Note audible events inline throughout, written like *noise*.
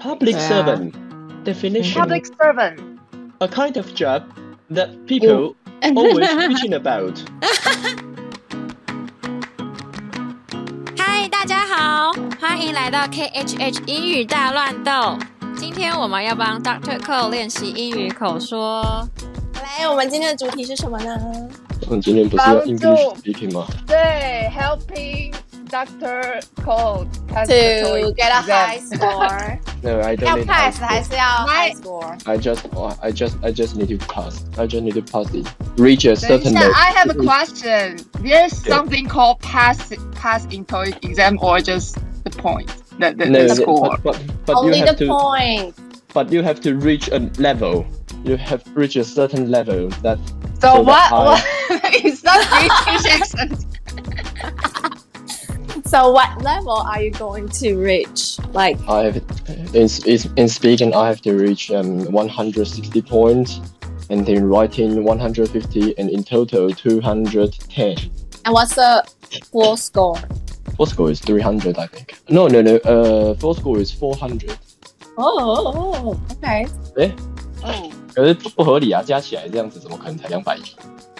Public 对啊 servant definition: Public servant a kind of job that people *laughs* Oh. *laughs* always bitching about. 嗨，大家好，欢迎来到 KHH 英语大乱斗。今天我们要帮 Doctor Cole 练习英语口说。来，我们今天的主题是什么呢？帮助。 speaking 吗？对 helping Doctor Cole has To the get a TOEIC exam. high score， No, I don't 要 need pass 还 I, 是要 My- high score？ I just, I just, I just need to pass. I just need to pass it. Reach a 等一 certain 下 level. ，I have a question. There's something called pass pass in TOEIC exam or just the point, the the, No, the score. but, but, but you Only have the to, point。 but you have to reach a level. You have reached a certain level that So, so what? that I- What? *laughs* it's not *laughs* British accent. So what level are you going to reach? Like I have in, in, in speaking I have to reach um, 160 points and in writing 150 and in total 210. and what's the full score？ Full score is 300 I think. No no no uh full score is 400. Oh, 哦，OK，哦，可是不合理啊，加起来这样子怎么可能才两百一？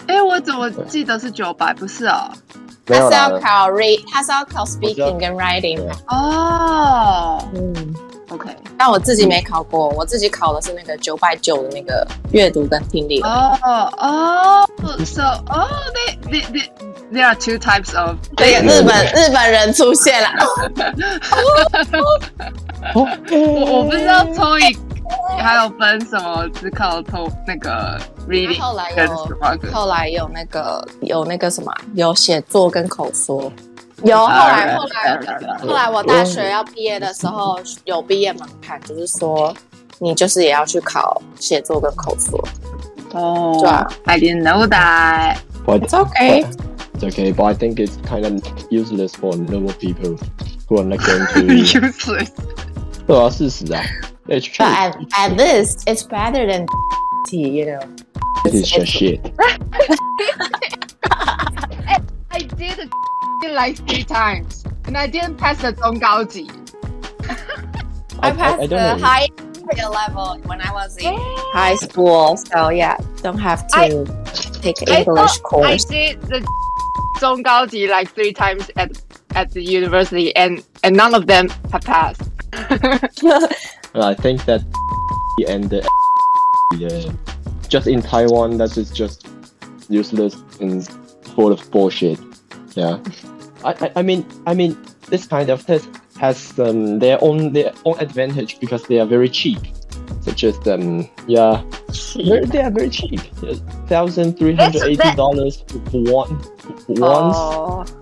哎，我怎么记得是九百？不是哦。没他有是要啦，考 read，他是要考知道 speaking 跟 writing Mm. 的。哦嗯， ，OK，但我自己没考过，我自己考的是那个九百九的那个阅读跟听力。哦哦，so 哦，they they they there are two types of 对，日本日本人 *laughs* 出现了，哦我我不知道 TOEIC 还有分什么，只考头那个 reading 后来跟有什么跟后来有那个有那个什么，有写作跟口说。有后来后来后来我大学要毕业的时候有毕业门槛，就是说你就是也要去考写作跟口说。哦对啊，I didn't know that。 But It's okay. it's okay, but I think it's kind of useless for normal people who are not going *laughs* to. Useless。对啊，事实啊，It's But true. at at least it's better than *laughs* T, you know. It is just shit. I did it like three times, and I didn't pass the 中高级。 I passed the don't know. high level when I was in high school, so yeah, don't have to take I English I course. did the 中高级 like three times at at the university, and and none of them have passed. And I think that *laughs* and the *laughs* yeah, just in Taiwan, that is just useless and full of bullshit. Yeah, *laughs* I, I, I mean, I mean, this kind of test has um, their own their own advantage because they are very cheap. Such as um, yeah, very- they are very cheap. Thousand three hundred eighty dollars for one, for once. Oh,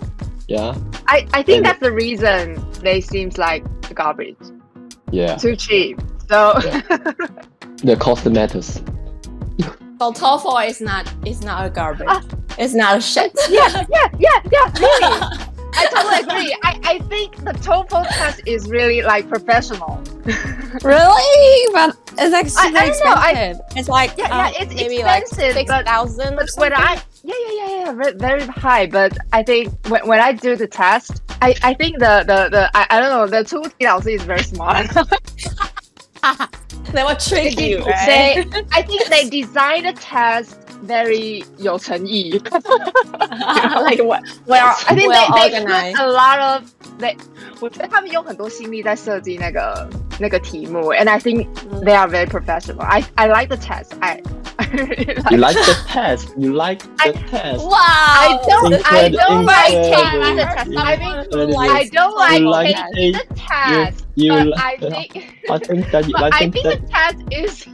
Yeah, I I think And- that's the reason they seems like garbage, yeah. *laughs* too cheap. So. The cost matters. So TOEFL is not is not a garbage. Ah. It's not a shit. yeah, yeah, yeah, yeah, *laughs* really. I totally agree. I, I think the TOEFL test is really like professional. Really? But it's like I- I don't know, I- it's like Yeah, uh, yeah, it's maybe expensive, like six but- thousand. But when I yeah yeah yeah yeah ve- very high. But I think when, when I do the test, I, I think the the, the I, I don't know the two Laozi is very smart. *laughs* *laughs* they will they, trick you, did- right? they I think they design the test very *laughs* 有诚意. like what? Well, I think well they, they organized. put a lot of they. 我觉得他们有很多心力在设计那个那个题目，and I think Mm. they are very professional. I I like the test. I *laughs* I really You like. like *laughs* the test. You like the test. wow. I don't. I don't Incredible, like incredible. taking the test. I *laughs* mean, I Like, don't you like like taking the test, you like, I but I think. think that you, But I I think think that the test is.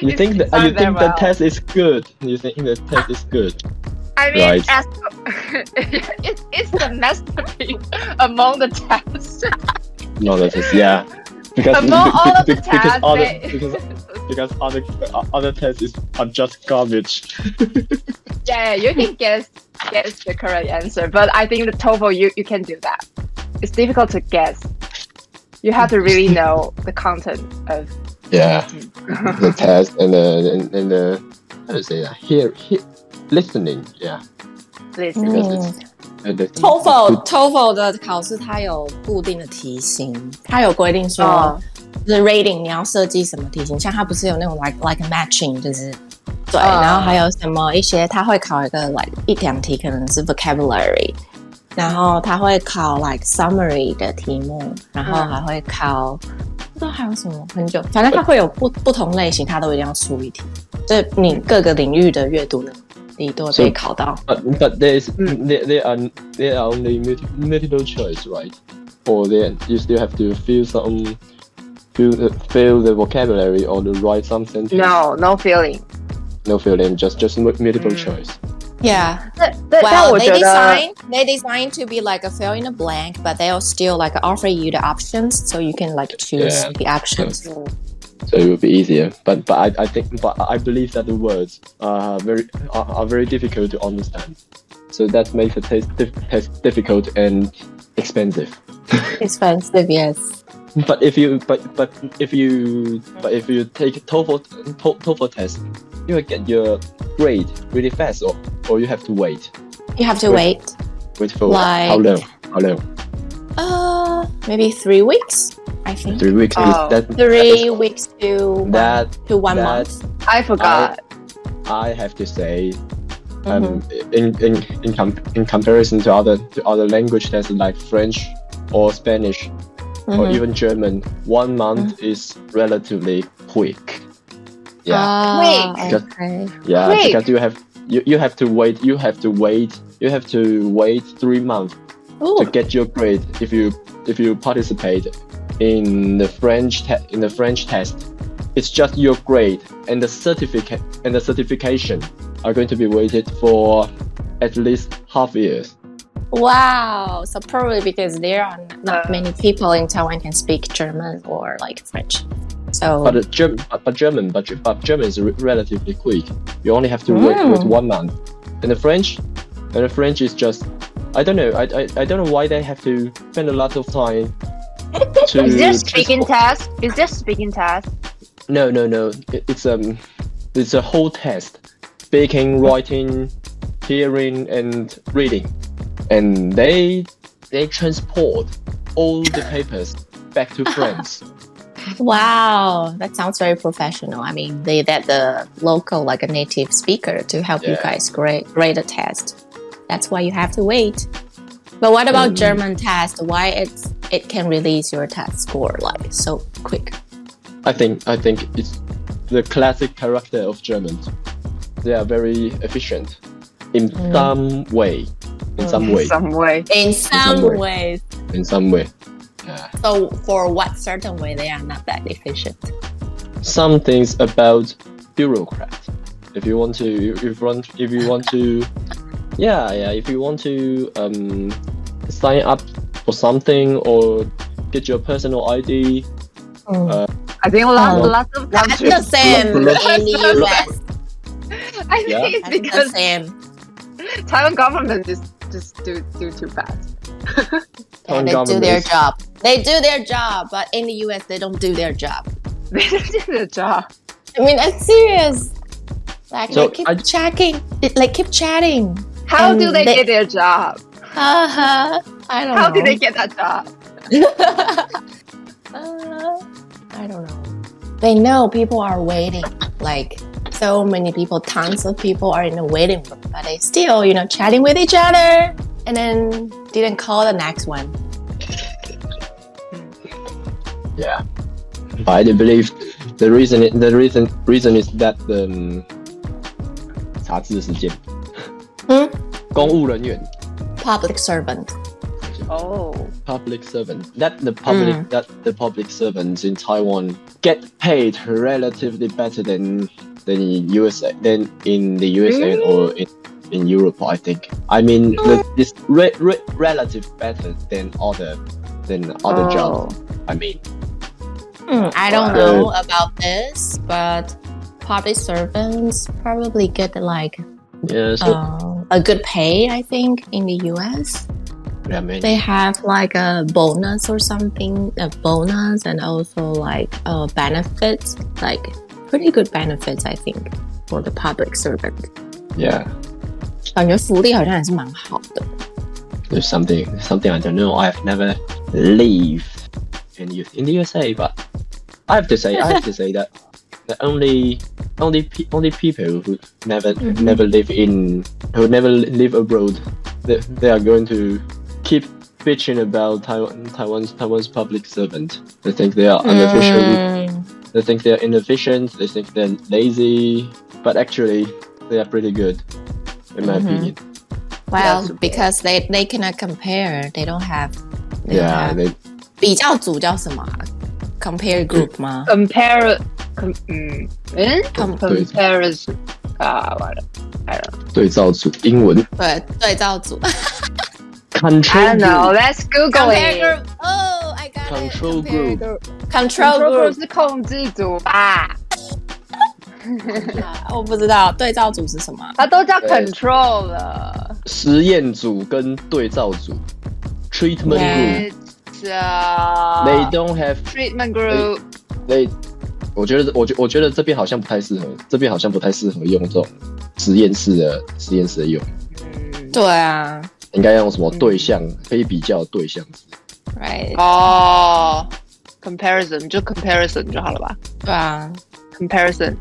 you *laughs* it's think that you designed very think the well. test is good. You think the test is good. I mean, Right. as, *laughs* it's it's the masterpiece among *laughs* the tests. No, that is yeah. Because Among all of the *laughs* because, tests, other, they- *laughs* because, because other other tests is, are just garbage. Yeah, you can guess guess the correct answer, but I think the TOEFL you you can do that. It's difficult to guess. You have *laughs* to really know the content of. Yeah, the test and the and, and the how to say that here, here listening. Yeah, this. Mm. it's uh, the, TOEFL TOEFL 的考试它有固定的题型，它有规定说、哦就是 rating 你要设计什么题型，像它不是有那种 like like matching，就是对，嗯然后还有什么一些它会考一个 like 一两题可能是 vocabulary，然后它会考 like summary 的题目，然后嗯还会考。不知道还有什么很久，反正它会有不不同类型，它都一定要出一题，就是你各个领域的阅读能力都会所以被考到。 But, but there's Mm. there, there are there are only multi- multiple choice, right? Or there you still have to fill some fill the, fill the vocabulary or to write some sentence. No, no feeling. no fill in, just just mu- multiple Hmm. choice. Yeah, 但但但 Well, 我 they 觉得 design they design to be like a fill in the blank, but they'll still like offer you the options, so you can like choose Yeah. the options. So it will be easier. But but I, I think but I believe that the words are very are, are very difficult to understand. So that makes the test, dif- test difficult and expensive. Expensive, yes. But if you but but if you but if you take TOEFL To- TOEFL test, you will get your grade really fast, or or you have to wait You have to Good. wait wait for Like- how long? How long? uh maybe three weeks, I think. Three weeks. Oh, that, that Three is- weeks to one, That to one that- month. I Uh, forgot. I have to say Mm-hmm, um, in, in, in, com- in comparison to other to other language tests like French or Spanish or Mhm. even German, one month is relatively quick. Uh, Yeah, Ah, Wait. Just- okay. yeah, quick. because you have you, you have to wait, you have to wait, you have to wait three months to Ooh, get your grade if you if you participate in the French te- in the French test. It's just your grade and the certificate and the certification are going to be waited for at least half years. wow. So probably because there are not Uh, many people in Taiwan can speak German or like French. So But, uh, Germ- but, but German, but, Ge- but German is re- relatively quick. You only have to wait, wait Mm. one month. And the French, and the French is just, I don't know, I, I, I don't know why they have to spend a lot of time to. Is there to- speaking test? Is there speaking test? No, no, no. It, it's um, it's a whole test: speaking, writing, hearing, and reading. And they they transport all the papers back to France. Wow, that sounds very professional. I mean, they that the local like a native speaker to help you Yeah. guys grade grade a test. That's why you have to wait. But what about Mm. German test? Why it's it can release your test score like so quick? I think I think it's the classic character of Germans. They are very efficient in Mm. some way, in some way, Mm. Some way. In some some way. ways. in some way. Yeah. So for what certain way they are not that efficient. some things about bureaucrat. If you want to, if you want, if you want to, yeah, yeah. If you want to um, sign up for something or get your personal ID, I think lots, Oh. lots of That's countries. the same in Look, look, the *laughs* look. US. I think Yeah. it's That's the because same. Taiwan government just just do do too fast. *laughs* Yeah, they Taiwan do their government is- job. They do their job, but in the US they don't do their job. They don't do their job. I mean, I'm serious. Like, So, they keep I- chatting. Like, keep chatting. How do And they, they- get their job? Uh huh. I don't How know. do *laughs* they get that job? Uh, I don't know. They know people are waiting. Like, so many people, tons of people are in the waiting room, but they still, you know, chatting with each other and then didn't call the next one. yeah. I do believe the reason i- the reason reason is that the um, 查字时间，嗯？公务人员 Public servant. Oh. public servant that the public that the public servants in Taiwan get paid relatively better than than in USA than in the USA or in, in Europe I think I mean the, this re, re, relative better than other than Oh. other jobs I mean Hmm, I don't Wow. know about this, but public servants probably get like yeah so um, a good pay, I think, in the US. I mean They have like a bonus or something, a bonus, and also like uh, benefits, like pretty good benefits, I think, for the public servant. yeah 感觉福利好像还是蛮好的。 there's something something I don't know I've never lived in U- in the USA but I have to say, I have to say that the only only pe- only people who never never live in who never live abroad, they, they are going to keep bitching about Taiwan Taiwan's Taiwan's public servant. They think they are inefficient. They think they are inefficient. They think they're lazy. But actually, they are pretty good, in my Mhm. opinion. Well, Yes. because they they cannot compare, they don't have. they don't Yeah, have- they, 比较组叫什么啊？Compare *laughs* group 吗？ compare com, 嗯嗯 Com- comparison Ah, 啊，完了，I don't 对照组英文对，对照组。 *laughs* I control don't know. Let's Google Compare it. group。Oh, I got it. Control Compare group Control Control group group。是控制组吧？啊 *laughs* 我不知道对照组是什么啊。它都叫对 control 了。实验组跟对照组，treatment Yeah. group It's uh, they don't have treatment group. they，我觉得我觉我觉得这边好像不太适合，这边好像不太适合用这种实验室的实验室的用，嗯对啊应该用什么对象、嗯可以比较对象之类，right，哦，comparison 就 comparison 就好了吧对啊？comparison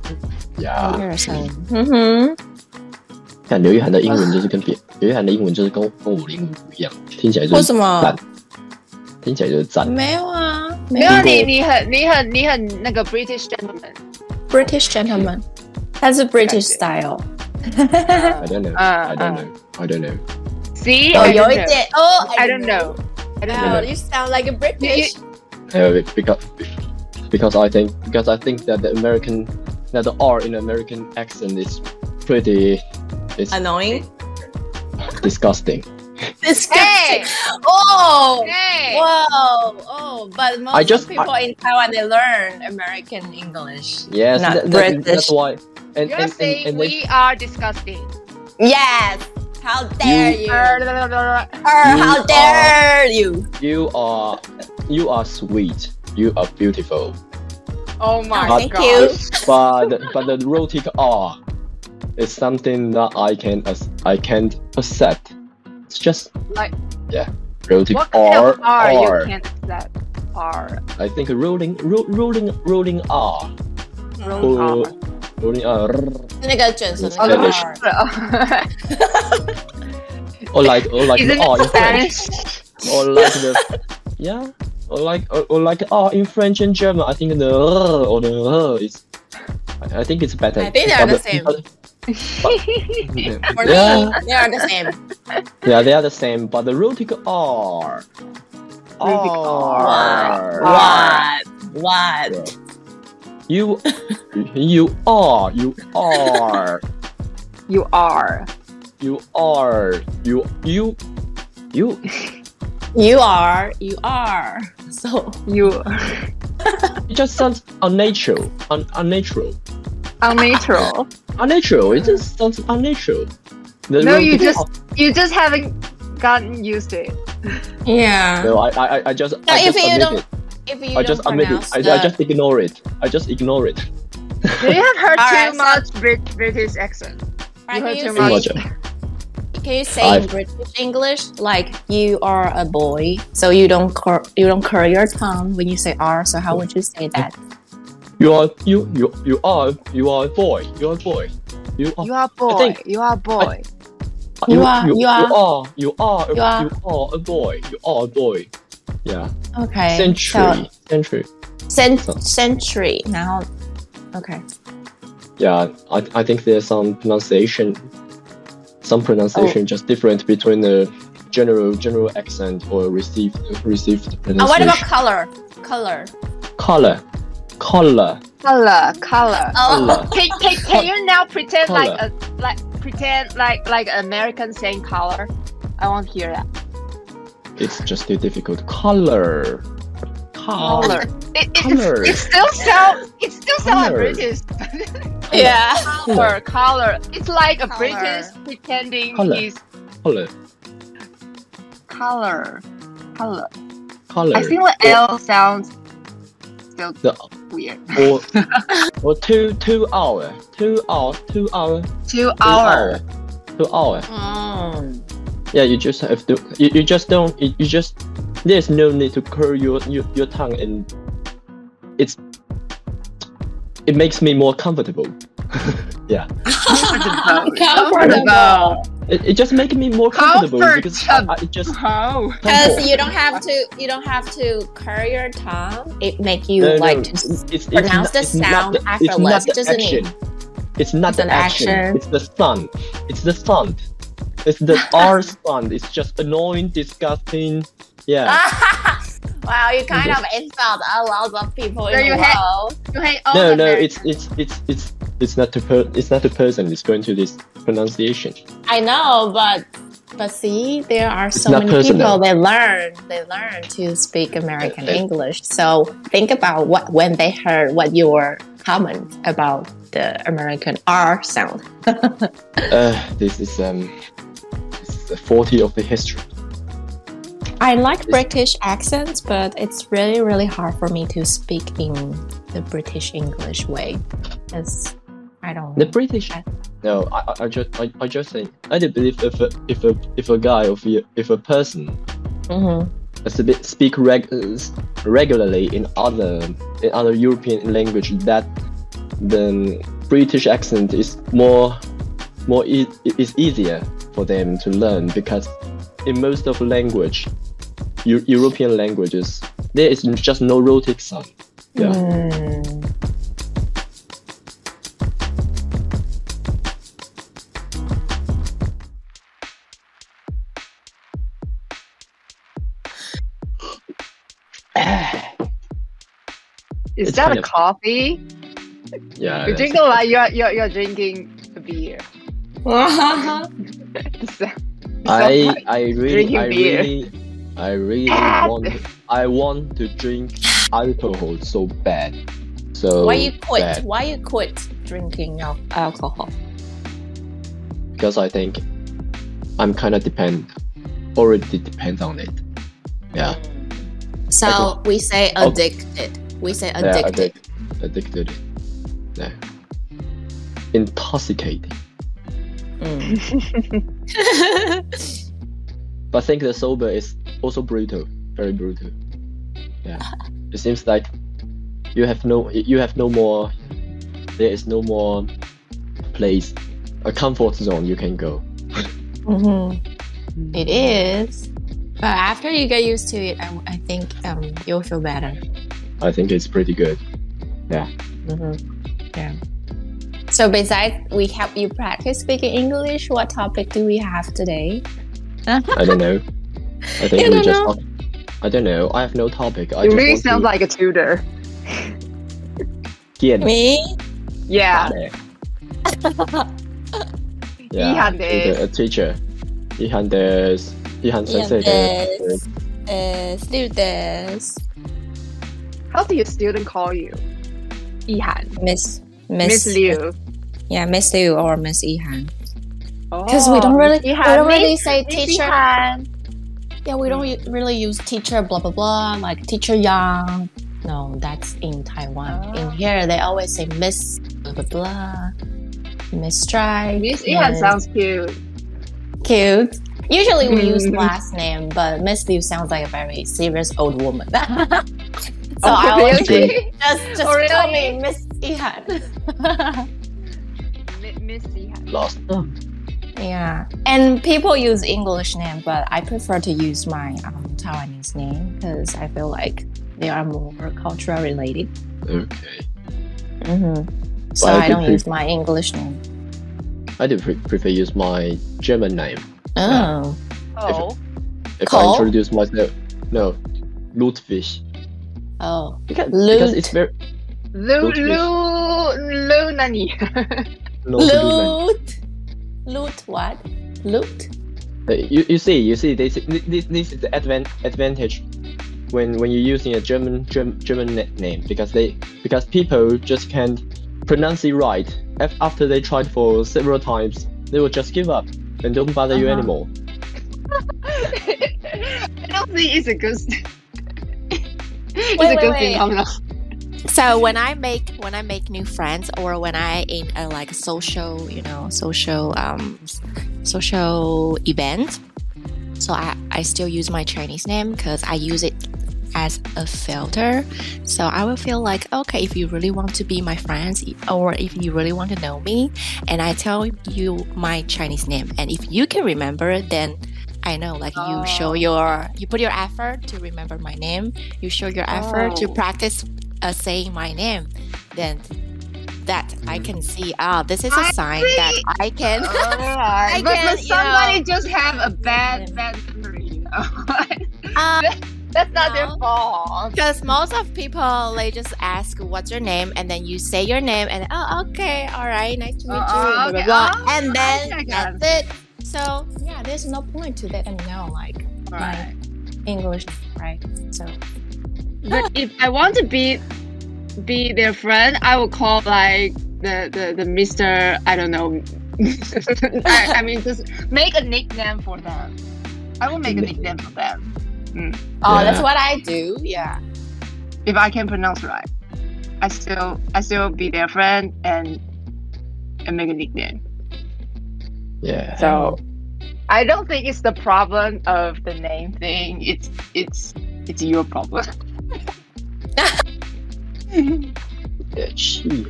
的呀。 ，comparison。嗯哼，看刘玉涵的英文就是跟别刘玉涵的英文就是跟跟我的英文不一样，听起来就为是什么赞？听起来就是赞。没有啊，没有你，你很你很你很那个 British gentleman， British gentleman，他是 British *laughs* style。 I don't know, 嗯 I don't know, I don't know. See，哦， I don't 有一 know. 点哦 I don't know. I No, don't know. No, Oh, you sound like a British. No, Uh, because because I think because I think that the American that the R in American accent is pretty it's Annoying. *laughs* disgusting. Disgusting. *laughs* Oh. Hey, Whoa! Oh, but most I just- of people in Taiwan they learn American English. Yes, Not that- that- British. that's why. And you're and, and, saying and they, we are disgusting. Yes. How dare you? Er, That's how dare you? you are you are sweet. You are beautiful. Oh my Oh, thank god. you. But *laughs* but the rotic R is something that I can as I can't accept. It's just Like- yeah, rotic What kind R of R R. you can't accept? R. I think rolling ro- rolling rolling R. Roll Or- R. rolling ah, R. 那个卷舌那个 Oh, Spanish. no, Spanish. R。*laughs* or like or like Isn't the R in it French, Spanish? or like the *laughs* yeah, or like or, or like R in French and German. I think the R or the R is, I I think it's better. I think they are the same. But, *laughs* For yeah, me, they are the same. *laughs* *laughs* yeah, they are the same. But the rootic R, Rhotic R. What? What? Yeah. You, you are, you are, You are. you are, you you you. You are, you are. So You It just sounds unnatural, un- unnatural. unnatural. unnatural. It just sounds unnatural. The No, real you thing- just- you just haven't gotten used to it. yeah. no. I I I- I just No, I if just you admit don't- it. If you I just don't admit it. pronounce I, I the- just ignore it. I just ignore it. *laughs* You have heard All right, so- too much Brit- British accent. Right, you heard too can, you much. say, can you say I- in British English like you are a boy, so you don't cur- you don't curl your tongue when you say "are"? So how would you say that? You are you you you are you are a boy. You are a boy. You are You are boy. think- you are boy. You are- you, you are- are you are a, you are- you are a boy. You are a boy. Yeah. Okay. Century. Oh. Century. So, cen- century. Now, okay. Yeah. I I think there's some pronunciation some Oh. pronunciation just different between the general general accent or received received pronunciation. Uh, what about color? Color. color, color, Color, color. Oh. color. Can, can, can you now pretend Color. like a like pretend like like American saying color? I won't hear that. It's just too difficult. Color, Color. color, It, it, Color. It, it still sounds it still sounds like Color. *laughs* British. Yeah. color, color. It's like a Color. British pretending Color. he's color, color. Color. color. I think the L sounds still The- weird. or, or two two hour, two hour, two hour, two Two hour, hour. two hour. Oh. Mm. Yeah, you just have to. You, you just don't. You, you just. There's no need to curl your your, your tongue and. It's it makes me more comfortable. yeah, *laughs* Comfortable. it, it just makes me more comfortable because I, I just How? Because you don't have to, you don't have to curl your tongue. It make you No, no, like it's, it's, it's pronounce not- the it's not sound the- after it's not words, the doesn't it? action. It's not It's the an action. action. It's the sound. It's the sound. It's *laughs* the R sound. It's just annoying, disgusting. Yeah. *laughs* wow, you kind of insult a lot of people There in you the have- world. You hate all no, the no, men. it's it's it's it's it's not the per- it's not the person. It's going to this pronunciation. I know, but but see, there are so not many personal. people they learn they learn to speak American Uh, uh, English. So think about what when they heard what your comment about the American R sound. Uh, this is um, this is the forty of the history. I like British accents, but it's really really hard for me to speak in the British English way. It's I don't The British. Okay. No, I, I- I just I, I just think I do believe if a if a if a guy or if a, if a person Mhm. as a bit- speak reg- uh, s- regularly in other in other European language that the British accent is more more e- is easier for them to learn because in most of language Eu- European languages there is just no rotic sound. Yeah. Mm. Is Mm. it's that kind a of- coffee? *sighs* Yeah. You that's- drink a lot. You're you're, you're drinking a beer. *laughs* So- I so- I really drinking I beer. really I really Ah. want I want to drink alcohol so bad. So Why you quit? bad. Why you quit drinking al- alcohol? because I think I'm kind of depend already depends on it. Yeah, So we say Oh. addicted. We say yeah, addicted. addic- addicted. Yeah, intoxicating. Mm. *laughs* But I think the sober is also brutal, very brutal. *laughs* Yeah, it seems like you have no, you have no more. There is no more place, a comfort zone you can go. Mm-hmm. It is. But after you get used to it, I, I think um, you'll feel better. I think it's pretty good. Yeah. So besides, we have you practice speaking English. What topic do we have today? I don't *laughs* know. I think You we don't just. know? I don't know. I have no topic. I You just really want sound to like a tutor. get Me? Yeah. yeah, Yihan he's a- a teacher. Yihan this. Yihan sensei this. Uh, students. How do your student call you? Yihan. Miss. Miss Liu. Yeah, Miss Liu or Miss Yihan. Because Because we don't really, we Yihan. don't really say Miss teacher. Yihan. Yeah, we don't u- really use teacher blah blah blah like teacher Yang. No, that's in Taiwan. Oh. In here, they always say Miss blah blah blah, Miss Try. Miss Yihan sounds cute. cute. Usually we use Mm. last name, but Miss Liu sounds like a very serious old woman. *laughs* so I Oh, always really? just just Oh, call really? me Miss *laughs* Yihan. *laughs* Mi- Miss Yihan. Lost. Yeah, and people use English name, but I prefer to use my um, Taiwanese name because I feel like they are more cultural related. Okay. Mm-hmm. So Well, I I don't think use my English name. I do pre- prefer use my German name. Oh, Oh. If I Cole? introduce myself, no, Ludwig. oh, Because, Lut. because it's very Lu Ludwig. Lu Lu Nani. *laughs* no, Ludwig. loot, loot what? Loot. Uh, You, you see you see this this, this is the advan- advantage when when you're using a German German, German na- name because they because people just can't pronounce it right Af- after they tried for several times they will just give up and don't bother you Uh-huh. anymore. I don't think it's a good. *laughs* Wait, it's a wait, good wait. phenomenon. So when I make when I make new friends or when I in a like social you know social um s- social event, so I I still use my Chinese name because I use it as a filter. So I will feel like, okay, if you really want to be my friends e, or if you really want to know me, and I tell you my Chinese name, and if you can remember, then I know, like you show your, you put your effort to remember my name, you show your effort to Oh. practice uh, saying my name, then that I can see, ah, this is a I sign that I can. *laughs* All *laughs* right. Oh, but, can, but you somebody just have a bad bad memory, you know. *laughs* Ah, That's not No. their fault. Because most of people they just ask what's your name and then you say your name and oh okay all right nice to meet you Oh, blah, okay. blah, Oh, blah. and then I got it. that's it. So yeah, there's no point to let them know like All right. English, right? So But if I want to be be their friend, I will call like the the, the Mister. I don't know. *laughs* I, I mean, just make a nickname for them. I will make a nickname for them Oh, Yeah. that's what I do. Yeah. if I can pronounce right. I still I still be their friend and and make a nickname. Yeah. So I don't think it's the problem of the name thing. It's it's it's your problem. Yeah, she-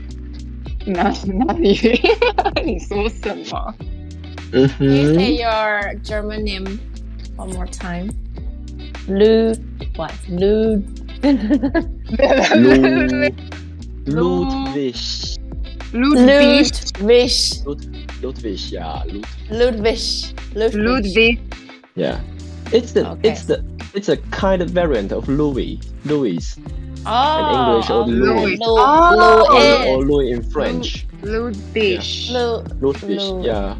那那你你说什么？ Can you Mhm. *laughs* say your German name one more time? Lu what? Lu Lud- Lud- Ludwig. Ludwig Ludwig Ludwig, yeah. Lud- Ludwig Ludwig. Ludwig yeah. It's the Okay. it's the it's a kind of variant of Louis. Louis. Oh, English or oh, Louis. Lu- Oh. Or, Louis. or Louis in French. Ludwig. Lu- Ludwig, Lu- yeah.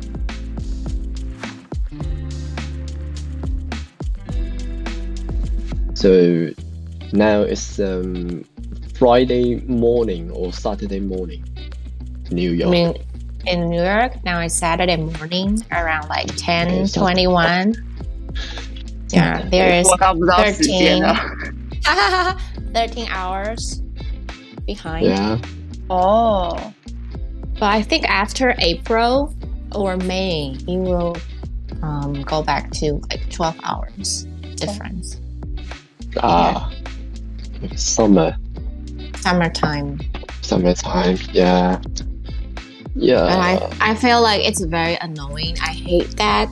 So now it's um, Friday morning or Saturday morning, New I York. mean, in New York now it's Saturday morning around like 10, It's not- 21. Yeah, there *laughs* is *laughs* 我搞不到时间了。 13 hours behind. yeah. 哦， But I think after April or May, it will um, go back to like 12 hours difference. Ah. Summer. Summertime. Summertime. Yeah. Yeah. But I, I feel like it's very annoying. I hate that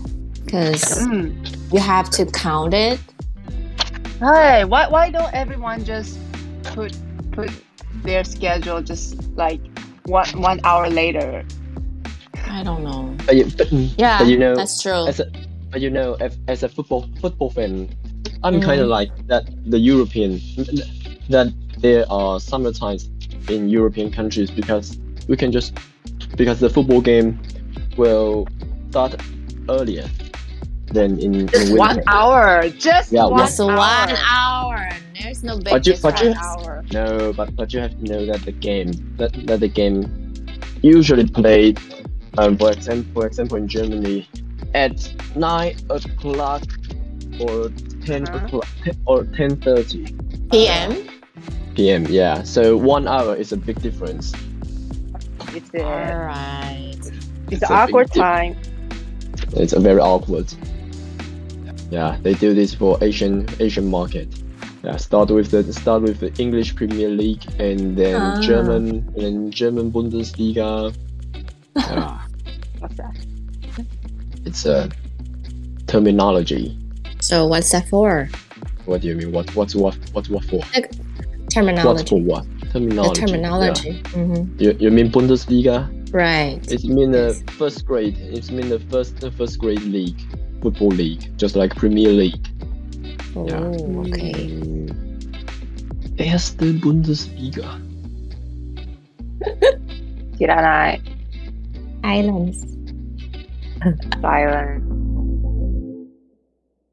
because you have to count it. 嗯，Hey, why why don't everyone just put put their schedule just like one one hour later? I don't know. but, you- but- Yeah, but you know, that's true. as a but you know, as, as a football football fan, I'm Mm-hmm. kind of like that. The European that there are summer times in European countries because we can just because the football game will start earlier than in, in Just winter. one hour, just Yeah, one Just one hour. hour. There's no big But you- but you- difference. hour. No, but but you have to know that the game that, that the game usually played um, for example for example in Germany at nine o'clock or 10 Uh-huh. o'clock or ten thirty PM. PM. Yeah, so one hour is a big difference. It's All a right. It's it's a an big awkward deal. time. It's a very awkward. Yeah, they do this for Asian Asian market. Yeah, start with the start with the English Premier League and then Ah. German and then German *laughs* Bundesliga. Yeah. What's that? it's a terminology. So what's that for? What do you mean? What what's what what's what for? What's Terminology. for what? The Terminology. terminology. hmm yeah. You, you mean Bundesliga? Right. It's mean the Yes. first grade. It's mean the first the first grade league, football league, just like Premier League. Yeah. Oh, okay. Erste Bundesliga. Did I Islands. silent?